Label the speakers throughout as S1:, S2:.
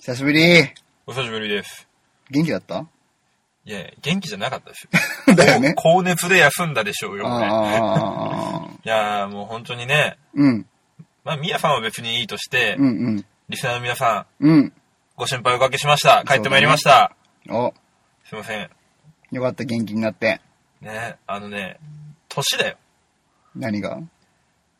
S1: 久しぶり
S2: お久しぶりです。
S1: 元気だ った
S2: いやいや、元気じゃなかったですよ。
S1: だよね
S2: こう高熱で休んだでしょうよ、
S1: ああ
S2: 俺。
S1: ああああ
S2: いやーもう本当にね、
S1: うん、
S2: まあ、みやさんは別にいいとして、
S1: うん、うん。
S2: リスナーの皆さん、
S1: うん。
S2: ご心配おかけしました。帰ってまいりました。
S1: お、
S2: すいません。
S1: よかった、元気になって。
S2: ね、あのね、年だよ。
S1: 何が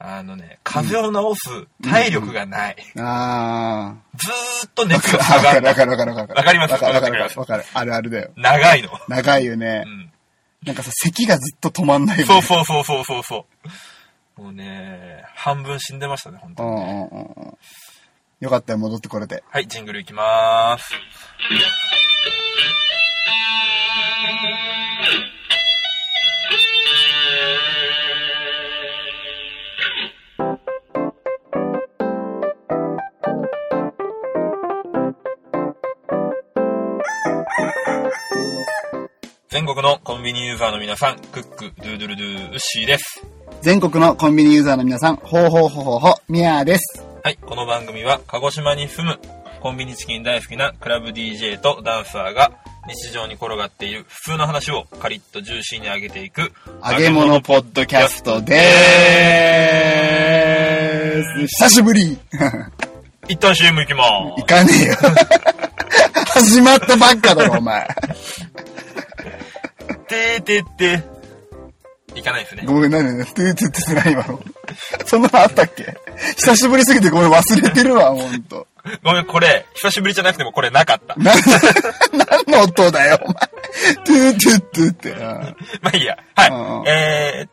S2: あのね、風邪を治す体力がない。
S1: ああ。
S2: ずーっと熱が
S1: わか
S2: 下
S1: るわ
S2: がる。
S1: かるわかるわかる。
S2: わかります
S1: わかるわかる
S2: わかります
S1: わかる。あるあるだよ。
S2: 長いの。
S1: 長いよね
S2: う。ん。
S1: なんかさ、咳がずっと止まんないよね
S2: そうそうそうそうそうそう。もうね、半分死んでましたね、本当
S1: う
S2: に。
S1: んうんうんうん。よかったよ、戻ってこれて。
S2: はい、ジングルいきまーす。全国のコンビニユーザーの皆さん、クック、ドゥードゥルドゥ、ウッシーです。
S1: 全国のコンビニユーザーの皆さん、ほうほうほうほうほ、ミヤーです。
S2: はい、この番組は鹿児島に住むコンビニチキン大好きなクラブ DJ とダンサーが日常に転がっている普通の話をカリッとジューシーに上げていく
S1: 揚げ物ポッドキャストでーす。久しぶり
S2: 一旦 CM 行きま
S1: 行
S2: ー
S1: かねえよ。始まったばっかだろ、お前。
S2: す。てーてーてー。行かないですね。
S1: ごめん、なになに、トゥートゥーってすな、今の。そんなのあったっけ久しぶりすぎてごめん、忘れてるわ、ほんと。
S2: ごめん、これ、久しぶりじゃなくてもこれなかった。
S1: なん、何の音だよ、お前。トゥートゥートゥーって。うん
S2: まあいいや。
S1: うんう
S2: は
S1: ん
S2: い。えー、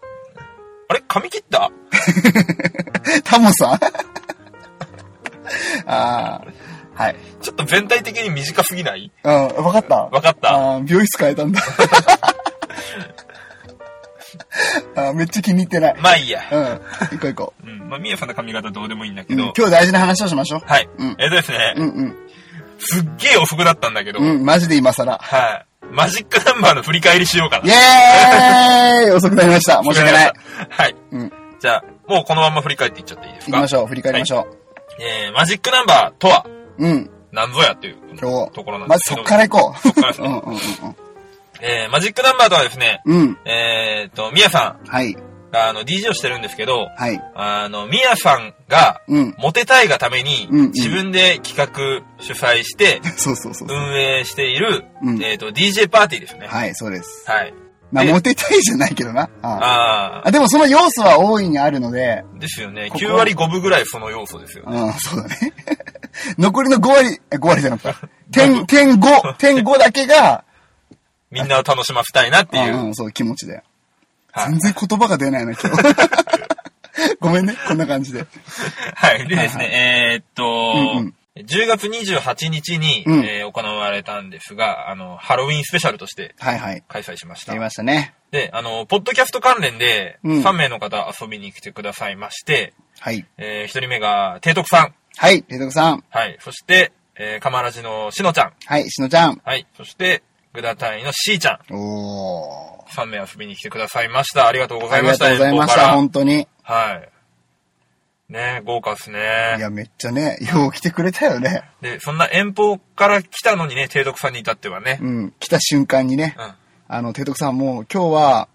S2: あれ髪切った
S1: タモさんああ。はい。
S2: ちょっと全体的に短すぎない
S1: うん、わかった。
S2: わかった
S1: あー美容室変えたんだ。あーめっちゃ気に入ってない。
S2: まあいいや。
S1: うん。行こう行こ
S2: うん。まあ、みやさんの髪型どうでもいいんだ
S1: う。う
S2: け
S1: ん
S2: ど
S1: 今。日大事な話をしましょう。
S2: はい。
S1: うん
S2: えっとですね
S1: う、んうん。
S2: すっげえ遅くなったんだけど、
S1: うん、マジで今 更。
S2: はい。マジックナンバーの振り返りしようかな。
S1: イェーイ遅くなりま した。申し訳ない。。
S2: はい。
S1: うん。
S2: じゃあ、もうこのまま振り返っていっちゃっていいで
S1: 行
S2: す
S1: き
S2: か
S1: ましょう。振り返りまし
S2: う。
S1: ょ
S2: はいえー、マジックナンバーとは
S1: う。うん。
S2: 何ぞやという
S1: 今日。
S2: ところなん
S1: ま
S2: で
S1: ずそ
S2: すけど。
S1: っから行こう。
S2: そっからです
S1: うん
S2: ね。
S1: うん
S2: えー、マジックナンバーとはですね、
S1: うんうん。うん。
S2: えーと、ミヤさ
S1: はい。
S2: んがあの DJ をしてるんですけど、
S1: はい。
S2: あの、ミヤさんが、
S1: うん。
S2: モテたいがために
S1: うんうん、
S2: 自分で企画、主催して、
S1: そうそうそう。
S2: 運営している、
S1: うん
S2: えーと、DJ パーティーですね。
S1: はい、そうです。
S2: はい。
S1: まあ、
S2: で
S1: モテたいじゃないけどな。あー
S2: あ
S1: あ、でもその要素は大いにあるので、
S2: ー、ですよね。
S1: ここ
S2: 9割5分ぐらいその要素ですよね。
S1: うん、そうだね。 残りの5割、え5割じゃな かった。点、点5、点5だけが、
S2: みんなを楽しませたいなっていう
S1: う。んうん、そう、気持ちだよ。
S2: はい
S1: 全然言葉が出ないな、今日。 ごめんね、こんな感じで。
S2: はい。でですね、えーっと、
S1: うんうん
S2: 10月28日に、
S1: うん
S2: えー行われたんですが、あの、ハロウィンスペシャルとして
S1: はいはい。
S2: 開催しまし
S1: や
S2: た
S1: り。ましたね。
S2: で、あの、ポッドキャスト関連で、
S1: うん
S2: 3名の方遊びに来てくださいまして、
S1: はい。
S2: え1人目が、提徳さん。
S1: はい、てとくさん。
S2: はい。そして、えー、かまらじのしのちゃん。
S1: はい、しのちゃん。
S2: はい。そして、グダタイのしーちゃん。
S1: おー。
S2: 3名遊びに来てくださいました。ありがとうござ
S1: あ
S2: い
S1: り
S2: ま
S1: が
S2: し
S1: と
S2: た。
S1: うございまし
S2: 遠方か
S1: た、
S2: ら
S1: 本当に。
S2: はい。ね豪華ですね。
S1: いや、めっちゃね、よう来てくれたよね。
S2: で、そんな遠方から来たのにね、提督さんに至ってはね。
S1: うん、来た瞬間にね。
S2: うん。
S1: あの、提督さんもう今日は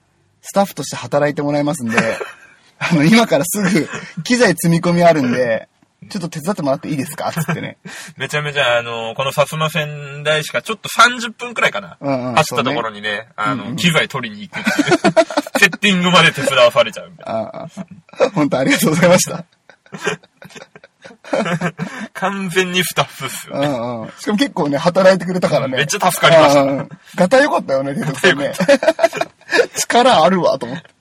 S1: スタッフとして働いてもらいますん で、あの、今からすぐ機材積み込みあるんで、ちょっと手伝ってもらっていいですかつってね。
S2: めちゃめちゃ、あの、この薩摩仙台市からちょっと30分くらいかな。
S1: うんうん
S2: 走ったところにね、あの、機材取りに行く っていう。セッティングまで手伝わされちゃうみたい
S1: ああ、本当ありがとうございました。
S2: な。完全にスタッフっす
S1: う
S2: よね。
S1: んうん。しかも結構ね、働いてくれたからね。
S2: めっちゃ助かりました
S1: うんうん。ガタ良かったよね、提督さんね。力あるわ、と思って。うん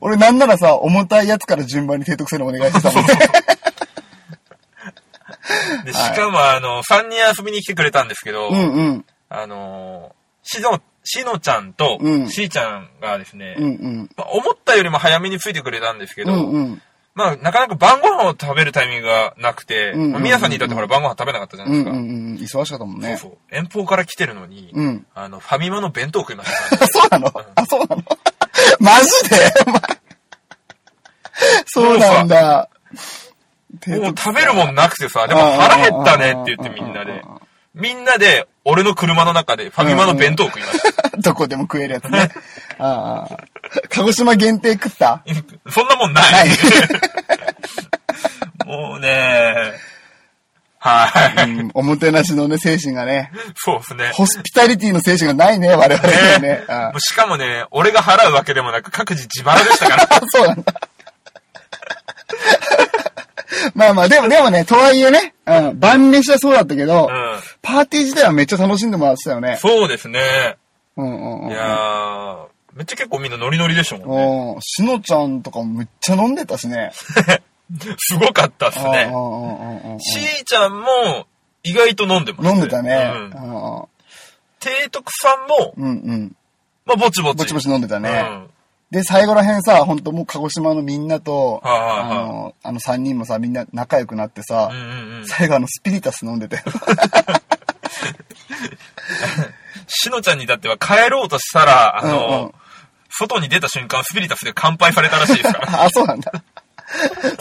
S1: 俺なんならさ、重たいやつから順番に提督するのお願いしてたもんね。
S2: で、しかも、あの、3人遊びに来てくれたんですけど、
S1: うんうん。
S2: あの、しの、しのちゃんと
S1: うん、
S2: しーちゃんがですね、
S1: うんうん。
S2: まあ思ったよりも早めについてくれたんですけ
S1: う
S2: ど、
S1: んうん。
S2: まあ、なかなか晩ご飯を食べるタイミングがなくて、
S1: んうんうん
S2: まあ皆さんに至ってほら晩ご飯食べなかったじゃな
S1: う
S2: いです
S1: んうんう
S2: か。
S1: ん。忙しかったもんね。
S2: そうそう。遠方から来てるのに、
S1: うん
S2: あの、ファミマの弁当食い ました、
S1: あそうなのあ、そうなのマジでお前そうなんだ。提
S2: もう
S1: 督
S2: 食べるもんなくてさ、でも腹減ったねって言ってみんなで。みんなで、俺の車の中でファミマの弁当を食いました。
S1: どこでも食えるやつね。ああ。鹿児島限定食った
S2: そんなもんな。
S1: はいい。
S2: もうねはい。
S1: うんおもてなしのね、精神がね。
S2: そうですね。
S1: ホスピタリティの精神がないね、我々にはね
S2: ね。
S1: あ あ
S2: もうしかもね、俺が払うわけでもなく、各自自腹でしたから。
S1: あ、そうなんだ。まあまあ、でも、でもね、とはいえね、うん、晩飯はそうだったけど、
S2: うん
S1: パーティー自体はめっちゃ楽しんでもらってたよね。
S2: そうですね。
S1: うんうんうん。
S2: いやー、めっちゃ結構みんなノリノリでしたもんね。
S1: おーしのちゃんとかもめっちゃ飲んでたしね。
S2: すごかったっす
S1: う
S2: ね。
S1: んうんうんうんうん
S2: しーちゃんも意外と飲んでます
S1: 飲んでたね。
S2: う
S1: うんんうん
S2: 提督さんも、
S1: うんうん。
S2: まあ、ぼちぼち。
S1: ぼちぼち飲んでた
S2: う
S1: ね。
S2: ん
S1: で、最後らへんさ、ほんともう鹿児島のみんなと、
S2: はいはいはい
S1: あの、あの3人もさ、みんな仲良くなってさ
S2: う、んうんうん。
S1: 最後あのスピリタス飲んでたよ。
S2: しのちゃんにだっては帰ろうとしたら、あの、
S1: うんうん
S2: 外に出た瞬間、スピリタスで乾杯されたらしいですから。
S1: あ、そうなんだ。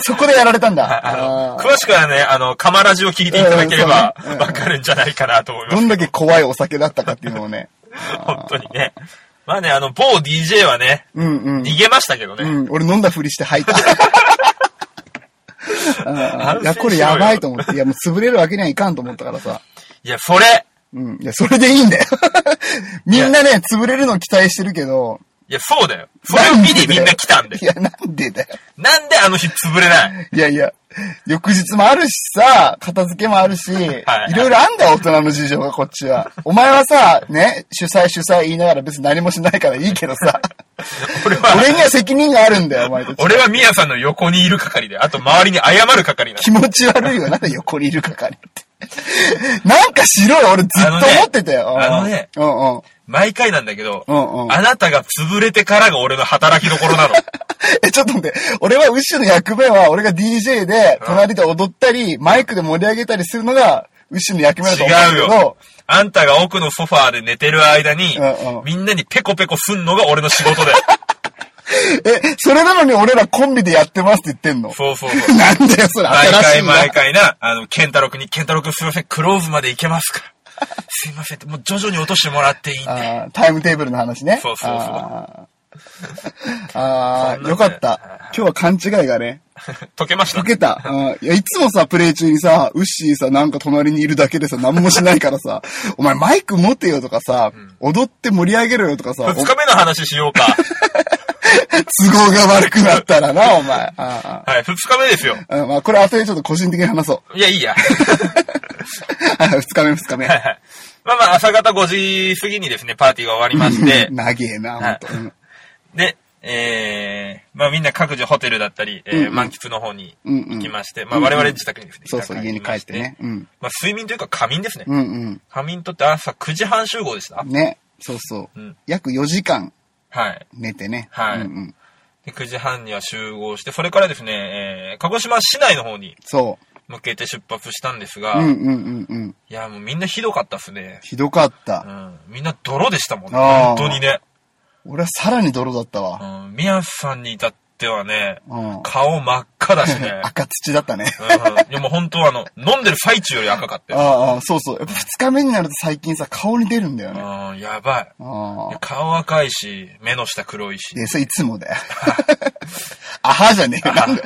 S1: そこでやられたんだ。
S2: あ
S1: あ
S2: の、
S1: ー
S2: 詳しくはね、あの、カマラジを聞いていただければ
S1: うんそうねう、ん
S2: わかるんじゃないかなと思いま
S1: ど
S2: す。
S1: んだけ怖いお酒だったかっていうのをね。
S2: 本当にね。まあね、あの、某 DJ はね、
S1: うんうん。
S2: 逃げましたけど
S1: う
S2: ね。
S1: ん、俺飲んだふりして吐い た。あーいや、これやばいと思って。いや、もう潰れるわけにはいかんと思ったからさ。
S2: いや、それ、
S1: うん。いや、それでいいんだよ。みんなね、潰れるの期待してるけど。
S2: いや、そうだよ。それを見にみんな来たんで
S1: い。や、なんでだよ。
S2: なんであの日潰れない
S1: いやいや、翌日もあるしさ、片付けもあるし、
S2: はい
S1: いろいろあんだよ、大人の事情がこっちは。お前はさ、ね、主催主催言いながら別に何もしないからいいけど さ、
S2: 俺
S1: 俺
S2: は、
S1: には責任があるんだよ、お前たち。
S2: 俺はミヤさんの横にいる係で、あと周りに謝る係なの
S1: 気持ち悪いよ、なんで横にいるかかりって。なんかしろよ、俺ずっと思ってたよ。
S2: あのね
S1: うんうん。
S2: 毎回なんだけど、
S1: うんうん
S2: あなたが潰れてからが俺の働きどころなの。
S1: え、ちょっと待って。俺は、ウッシュの役目は、俺が DJ で、隣で踊ったり、マイクで盛り上げたりするのが、ウッシュの役目だと思うんだ
S2: 違う
S1: け
S2: よ
S1: ど、。
S2: あんたが奥のソファーで寝てる間に、
S1: うんうん
S2: みんなにペコペコすんのが俺の 仕事だよ。
S1: え、それなのに俺らコンビでやってますって言ってんの。
S2: そうそうそう
S1: なんだよ、それ
S2: 毎
S1: 新しい
S2: 回
S1: な。
S2: 毎回な、あの、ケンタロウ君に、ケンタロウ君すいません、クローズまで行けますかすいませんって、もう徐々に落としてもらっていいんで。
S1: あータイムテーブルの話ね。
S2: そうそうそう
S1: あーあ
S2: そんな
S1: ー、
S2: ね
S1: よかった。今日は勘違いがね、
S2: 溶けました
S1: 解け た。うんいや、いつもさ、プレイ中にさ、ウッシーさ、なんか隣にいるだけでさ、何もしないからさ、 お前マイク持てよとかさ、踊って盛り上げろよとかさ、お
S2: 二日目の話し ようか。
S1: 都合が悪くなったらな、お前。ああ
S2: はい、二日目ですよ。
S1: ああうんまあ、これ後でちょっと個人的に話そう。
S2: いや、いいや。
S1: はい二日目、二日目。
S2: まあまあ、朝方5時過ぎにですね、パーティーが終わりまして、
S1: 長えな、ほんとうん
S2: で、えー、まあみんな各自ホテルだったり、えー
S1: うんうん
S2: 満喫の方に
S1: うんうん
S2: 行きまして、まあ我々自宅にですね、
S1: そうそう、家に帰ってね。。うん。
S2: まあ睡眠というか仮眠ですね。
S1: うん
S2: 仮眠とって朝9時半集合でした
S1: うん。。ね。そうそう。
S2: うん
S1: 約4時間
S2: はい。
S1: 寝てね。
S2: は
S1: う
S2: い
S1: んうん、
S2: で、9時半には集合して、それからですね、えー、鹿児島市内の方に
S1: そ
S2: 向けて出発したんですが、
S1: う。うん
S2: い
S1: うんうんうん。
S2: や、もうみんなひどかったっすね。
S1: ひどかっ
S2: う
S1: た。
S2: ん。みんな泥でしたもんね。
S1: あ
S2: 本
S1: ー
S2: 当にね。
S1: 俺はさらに泥だったわ。
S2: うん。宮さんに至ってはね、
S1: うん。。
S2: 顔真っ赤だしね
S1: 赤土だったね。
S2: うん。いや、もう本当あの、飲んでる最中より赤かったよ
S1: ああ、そうそう。やっぱ二日目になると最近さ、顔に出るんだよね。
S2: うん、やばい。
S1: ああ。
S2: 顔赤いし、目の下黒いし。
S1: で、それいつもだよ。 アハじゃねえよ。なんだ、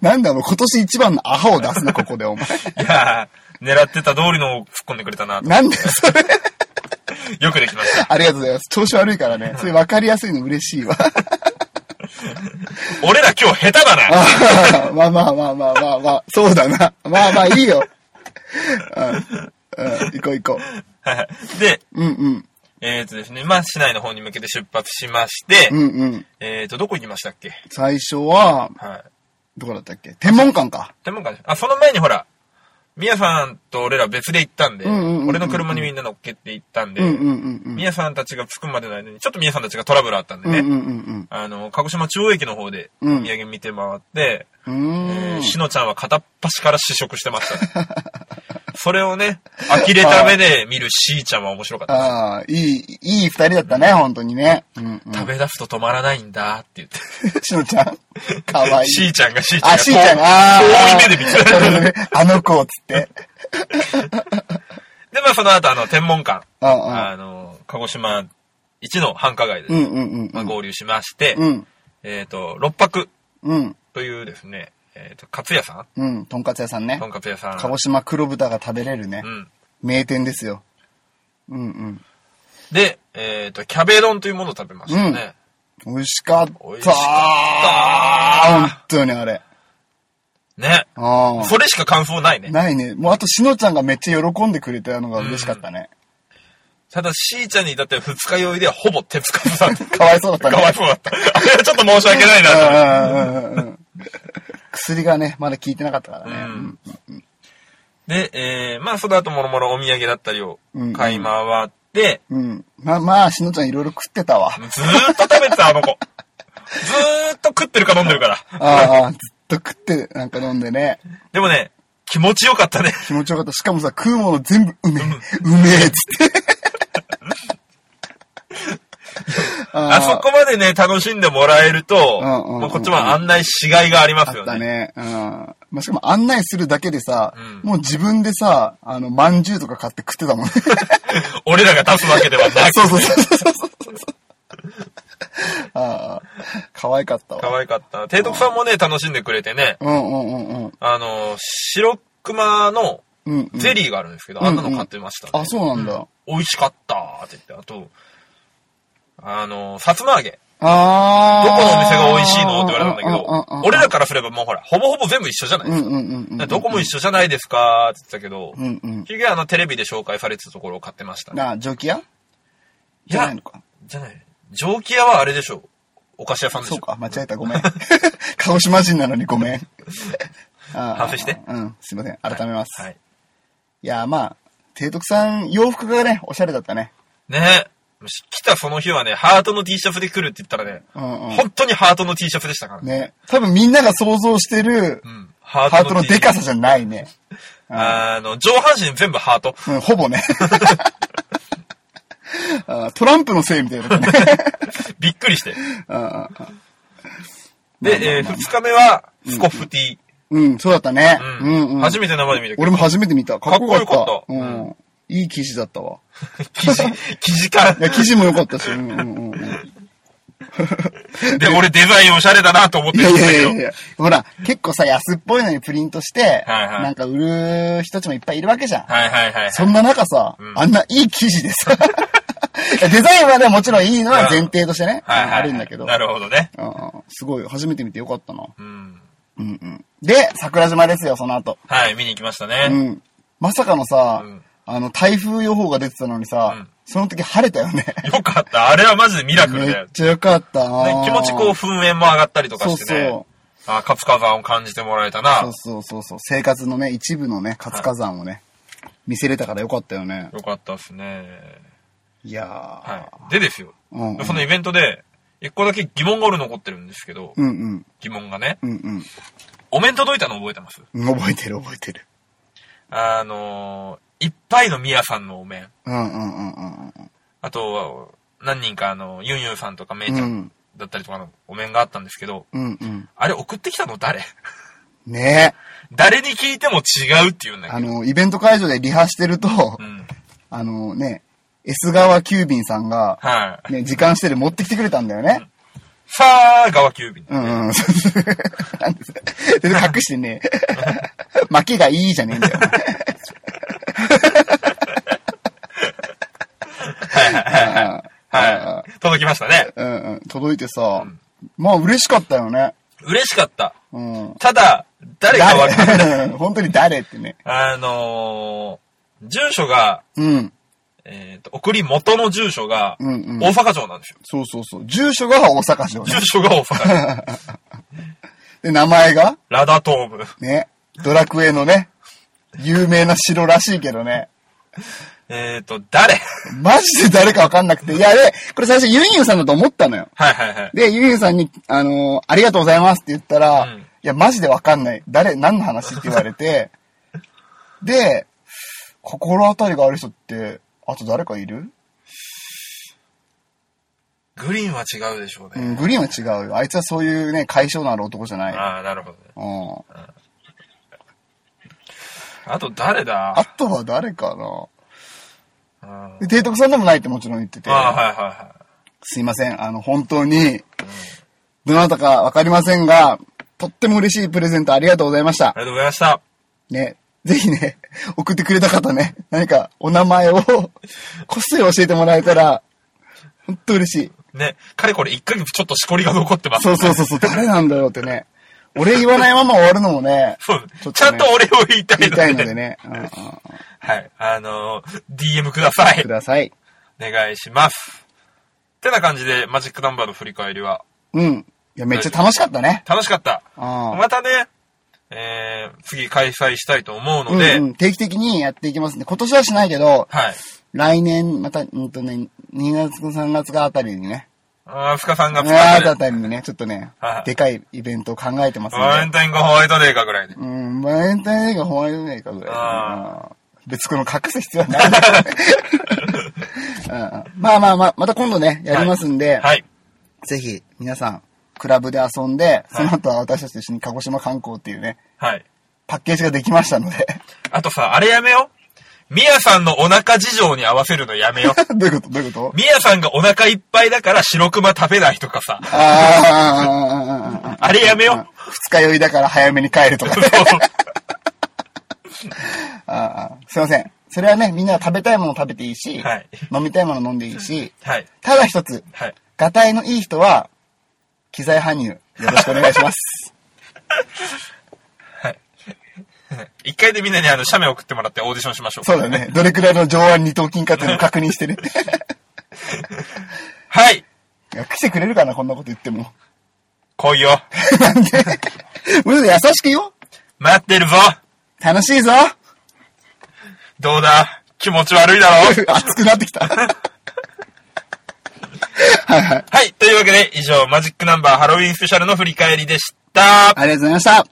S1: なんだろう、今年一番のアハを出すな、ここで、お前。
S2: いやー、狙ってた通りのを突っ込んでくれたなと。
S1: なんだよ、それ。
S2: よくできまし た。
S1: ありがとうございます。調子悪いから ね。それ分かりやすいの嬉しいわ。
S2: 俺ら今日下手だな。
S1: あ ーまあまあまあまあまあまあ、そうだな。まあまあいいよ。うん、うん、行こう行こ
S2: はい で、
S1: う。うんうん、
S2: えっ、ー、とですね、まあ、市内の方に向けて出発しまして、
S1: うんうん。
S2: えっ、ー、と、どこ行きましたっけ
S1: 最初は、
S2: はい。
S1: どこだったっけ天文館か。
S2: でもか、あ、その前にほら、みやさんと俺ら別で行ったんで、
S1: うんうんうんうん
S2: 俺の車にみんな乗っけて行ったんで、
S1: うんうんうんうん。
S2: みやさんたちが着くまでの間に、ちょっとみやさんたちがトラブルあったんで
S1: うん
S2: ね、
S1: うんうんうん。
S2: あの、鹿児島中央駅の方で、お
S1: うん
S2: 土産見て回って、
S1: うー
S2: えー
S1: ん。
S2: しのちゃんは片っ端から試食してましたね。 それをね、呆れた目で見るしーちゃんは面白かった。
S1: ああ、いい、いい二人だったね、本当にね。うん、うん。
S2: 食べ出すと止まらないんだって言って。
S1: しのちゃん。かわいい。
S2: しーちゃんがしーちゃんが。
S1: あ、しーちゃんが、あ
S2: こ
S1: あ。
S2: う遠い目で見 て
S1: そうだねあの子、つって。
S2: で、まあその後、あの、天文館。
S1: ああ。
S2: あの、鹿児島一の繁華街で、
S1: うんうんうん。
S2: まあ、合流しまして、
S1: うん。
S2: えっ、と、六泊
S1: うん。
S2: というですね、えっ、と、かつ屋さ
S1: うん。とんかつ屋さんね
S2: んと。んかつ屋さん。
S1: 鹿児島黒豚が食べれるね
S2: う。ん。
S1: 名店ですよ。うんうん。
S2: で、えっ、と、キャベ丼というものを食べましたね。
S1: 美味しかった。
S2: 美味しかった
S1: 本当にあれ。
S2: ね。
S1: ああ。
S2: それしか感想ないね。
S1: ないね。もうあと、しのちゃんがめっちゃ喜んでくれたのが嬉しかったね。
S2: ただ、しーちゃんに至っては二日酔いではほぼ手つかずだった。
S1: かわいそうだったね
S2: かわいそうだった。あれはちょっと申し訳ないなと思って。
S1: うんうんうんうん薬がね、まだ効いてなかったからね。
S2: うんで、えー、まあ、その後もろもろお土産だったりを買い回って、
S1: うん。まあまあ、しのちゃんいろいろ食ってたわ。
S2: ずーっと食べてた、あ の子。ずーっと食ってるか飲んでるから。
S1: ああ、ずっと食って、なんか飲んでね。
S2: でもね、気持ちよかったね。
S1: 気持ちよかった。しかもさ、食うもの全部うめえ、うめえっつ って。
S2: あそこまでね、楽しんでもらえると、
S1: うんうんうんうん
S2: まあこっちも案内しがいがありま
S1: あ
S2: す
S1: っ
S2: よ
S1: たね。
S2: ね。
S1: うん。まあ、しかも案内するだけでさ、
S2: うん
S1: もう自分でさ、あの、まんじゅうとか買って食ってたもんね。
S2: 俺らが出すわけではなく。
S1: そうそうそうそうそうそう。ああ、可愛かったわ。
S2: 可愛かった。提督さんもね、楽しんでくれてね、
S1: うんうんうんうん。
S2: あの、白熊の
S1: うん、うん。
S2: ゼリーがあるんですけど、
S1: うん
S2: あんなの買ってました、ね
S1: あ、そうなんだ。
S2: 美味しかったーって言って、あと、あの、さつま揚げ。
S1: ああ。
S2: どこのお店が美味しいのって言われたんだけ
S1: うんうんうん
S2: ど
S1: う、ん
S2: 俺らからすればもうほら、ほぼほぼ全部一緒じゃない、
S1: うんうんうんうん。
S2: どこも一緒じゃないですかって言ってたけど、
S1: うんうん。
S2: 結局あのテレビで紹介されてたところを買ってましたね。
S1: なあ、蒸気屋
S2: い
S1: じゃな
S2: や
S1: いの、か。
S2: じゃない。蒸気屋はあれでしょ。お菓子屋さんでし
S1: そう
S2: ょ。
S1: か、間違えた、ごめん。 鹿児島人なのにごめん。あー
S2: 反省して
S1: うん、すいません。改めます。、
S2: はいい。
S1: やー、まあ、提督さん、洋服がね、おしゃれだったね。
S2: ねもし来たその日はね、ハートの T シャツで来るって言ったらね、
S1: うんうん。
S2: 本当にハートの T シャツでしたからね。
S1: ね。多分みんなが想像してる
S2: う、ん。ハ
S1: ハートの
S2: T シャ
S1: デ
S2: ツ
S1: カさじゃないね。
S2: あの、上半身全部ハート。
S1: うん、ほぼね。あートランプのせいみたいなね。
S2: びっくりして。
S1: あー
S2: で、えー、二日目は、スコッフテ
S1: うん、そうだったね。
S2: ィー。
S1: うん、うん、
S2: 初めて生で見たけど
S1: 俺も初めて見た。かっこよか
S2: か
S1: っ
S2: っこ
S1: た。う
S2: よかった
S1: ん。いい記事だったわ。
S2: 生地、 生地感
S1: い。や、記事も良かったし。うんうんうんうん。
S2: で、俺デザインおしゃれだなと思って
S1: い
S2: る
S1: や
S2: ん
S1: い
S2: だ
S1: やいやい
S2: け
S1: や。ほら、結構さ、安っぽいのにプリントして、
S2: はいはい
S1: なんか売る人たちもいっぱいいるわけじゃん。
S2: ど。はいはいはい。
S1: そんな中さ、
S2: ん
S1: あん ないい記事でさ、いやデザインはね、もちろんいいのは前提としてね、
S2: はいはいはい
S1: あるんだけど。
S2: なるほどね。
S1: ああすごい、初めて見てよかったな。
S2: うん。
S1: うんうん。で、桜島ですよ、その後。
S2: はい、見に行きました
S1: う
S2: ね。
S1: ん。まさかのさ、
S2: うん
S1: あの、台風予報が出てたのにさ、
S2: うん
S1: その時晴れたよね。
S2: よかった。あれはマジでミラクル
S1: め
S2: だよ
S1: っ。ちゃよかった
S2: ね
S1: な。
S2: 気持ちこう、噴煙も上がったりとかして
S1: そう
S2: ね
S1: そ。
S2: あ、カツカザンを感じてもらえたな。
S1: そう
S2: よ
S1: そうそうそう。生活のね、一部のね、活火山をね、見せれたからよかったよね。
S2: かったですね。
S1: いやー。
S2: はい。でですよ。
S1: うんうん
S2: そのイベントで、一個だけ疑問が俺残ってるんですけど、
S1: うんうん。
S2: 疑問がね。
S1: うん
S2: お面届いたの覚えてます
S1: うん。覚えてる覚えてる。
S2: あのー、いっぱいのミヤさんのお面。
S1: うんうんうんうんうん。
S2: あと、何人かあの、ユンユンさんとかメイちゃ
S1: うんん
S2: だったりとかのお面があったんですけど、
S1: うんうん。
S2: あれ送ってきたの誰
S1: ね
S2: 誰に聞いても違うって言うんだ
S1: え。
S2: け
S1: あ
S2: ど。
S1: の、イベント会場でリハしてると、
S2: うん。
S1: あのね、S 川急便さんが、
S2: はい。
S1: ね、時間してで持ってきてくれたんだよね。
S2: さあ、側急便。
S1: うん うん。そうなんです全然隠してね え。負けがいいじゃねえんだよ。
S2: はい。届きましたね。
S1: うんうん。届いてさ、まあ嬉しかったよね。
S2: 嬉しかった。
S1: うん。
S2: ただ、誰かわかんない。
S1: 誰本当に誰ってね。
S2: あのー、住所が、
S1: うん。
S2: えっ、と、送り元の住所が、
S1: うんうん
S2: 大阪城なんですよ。
S1: そうそうそう。住所が大阪市だね
S2: 住所が 大阪城。
S1: で、名前が
S2: ラダトーム。
S1: ね、ドラクエのね、有名な城らしいけどね。
S2: えっと、誰
S1: マジで誰かわかんなくて。いや、で、これ最初ユンユンさんだと思ったのよ。
S2: はいはいはい。
S1: で、ユンユンさんに、あのーありがとうございますって言ったら、
S2: うん
S1: や、マジでわかんない。誰、何の話って言われ て、で、心当たりがある人って、あと誰かいる
S2: グリーンは違うでしょう
S1: う
S2: ね。
S1: ん、グリーンは違うよ。あいつはそういうね、解消のある男じゃない。
S2: ああ、なるほどね。
S1: うん。
S2: あと誰
S1: あ
S2: だ
S1: とは誰かな
S2: うんあ
S1: で、提督さんでもないってもちろん言ってて
S2: あ、、はいはいは
S1: すいません、あの、本当に、どなたかわかりませんが、とっても嬉しいプレゼントありがとうございました
S2: い。あり。がとうございました。
S1: ね、ぜひね、送ってくれた方ね、何かお名前を、 こっそり教えてもらえたら、ほんと嬉しい。
S2: ね、かれこれ一ヶ月ちょっとしこりが残ってます。
S1: そうそうそうそう、誰なんだろうってね。俺言わないまま終わるのもね、
S2: そう
S1: ちょっとね
S2: ちゃんと俺を言いた
S1: 言
S2: い
S1: い
S2: ので
S1: たいのでね、うんうんうん
S2: はい。あのー DM ください
S1: く。ださい。
S2: お願いします。てな感じで、マジックナンバーの振り返りは、
S1: うん。いや、めっちゃ楽しかったね。
S2: 楽しかった。
S1: うん
S2: またね、えー、次開催したいと思う
S1: う
S2: ので、
S1: んうん、定期的にやっていきますね。今年はしないけど、
S2: はい。
S1: 来年、また、うんとね、2月か3月があたりにね、
S2: あー、深さんが
S1: 2
S2: 深さ
S1: 月あ
S2: で、
S1: たりにね、ちょっとね
S2: はい、
S1: でかいイベントを考えてますんで。
S2: バレンタインかホワイトデーかぐらいで。
S1: うん、バレンタインデーかホワイトデーかぐらい
S2: あ
S1: だな。別にこの隠す必要はない、うん。まあまあまあ、また今度ね、やりますんで、
S2: はい。
S1: ぜひ皆さん、クラブで遊んで、その後は私たちと一緒に鹿児島観光っていうね、
S2: はい。
S1: パッケージができましたので。
S2: あとさ、あれやめよう。ミヤさんのお腹事情に合わせるのやめ よう。
S1: どういうことどういうこと
S2: ミヤさんがお腹いっぱいだから白熊食べないとかさ。
S1: あ
S2: あれやめよう
S1: あ。二日酔いだから早めに帰ると かね。あーすいません。それはね、みんな食べたいもの食べていいし、
S2: はい
S1: 飲みたいもの飲んでいいし、
S2: はい。
S1: ただ一つ、
S2: はい。
S1: がたいのいい人は、機材搬入、よろしくお願いし ます。
S2: 一回でみんなにあの、写メ送ってもらってオーディションしましょう。
S1: そうだね。どれくらいの上腕二頭筋かっていうのを確認してね。
S2: はい。
S1: いや来てくれるかな、こんなこと言っても。
S2: 来いよ。
S1: なんで。むしろ優しくよ。
S2: 待ってるぞ。
S1: 楽しいぞ。
S2: どうだ気持ち悪いだ ろう
S1: 熱くなってきた。はいはい。
S2: はい。というわけで、以上、マジックナンバーハロウィンスペシャルの振り返りでした。
S1: ありがとうございました。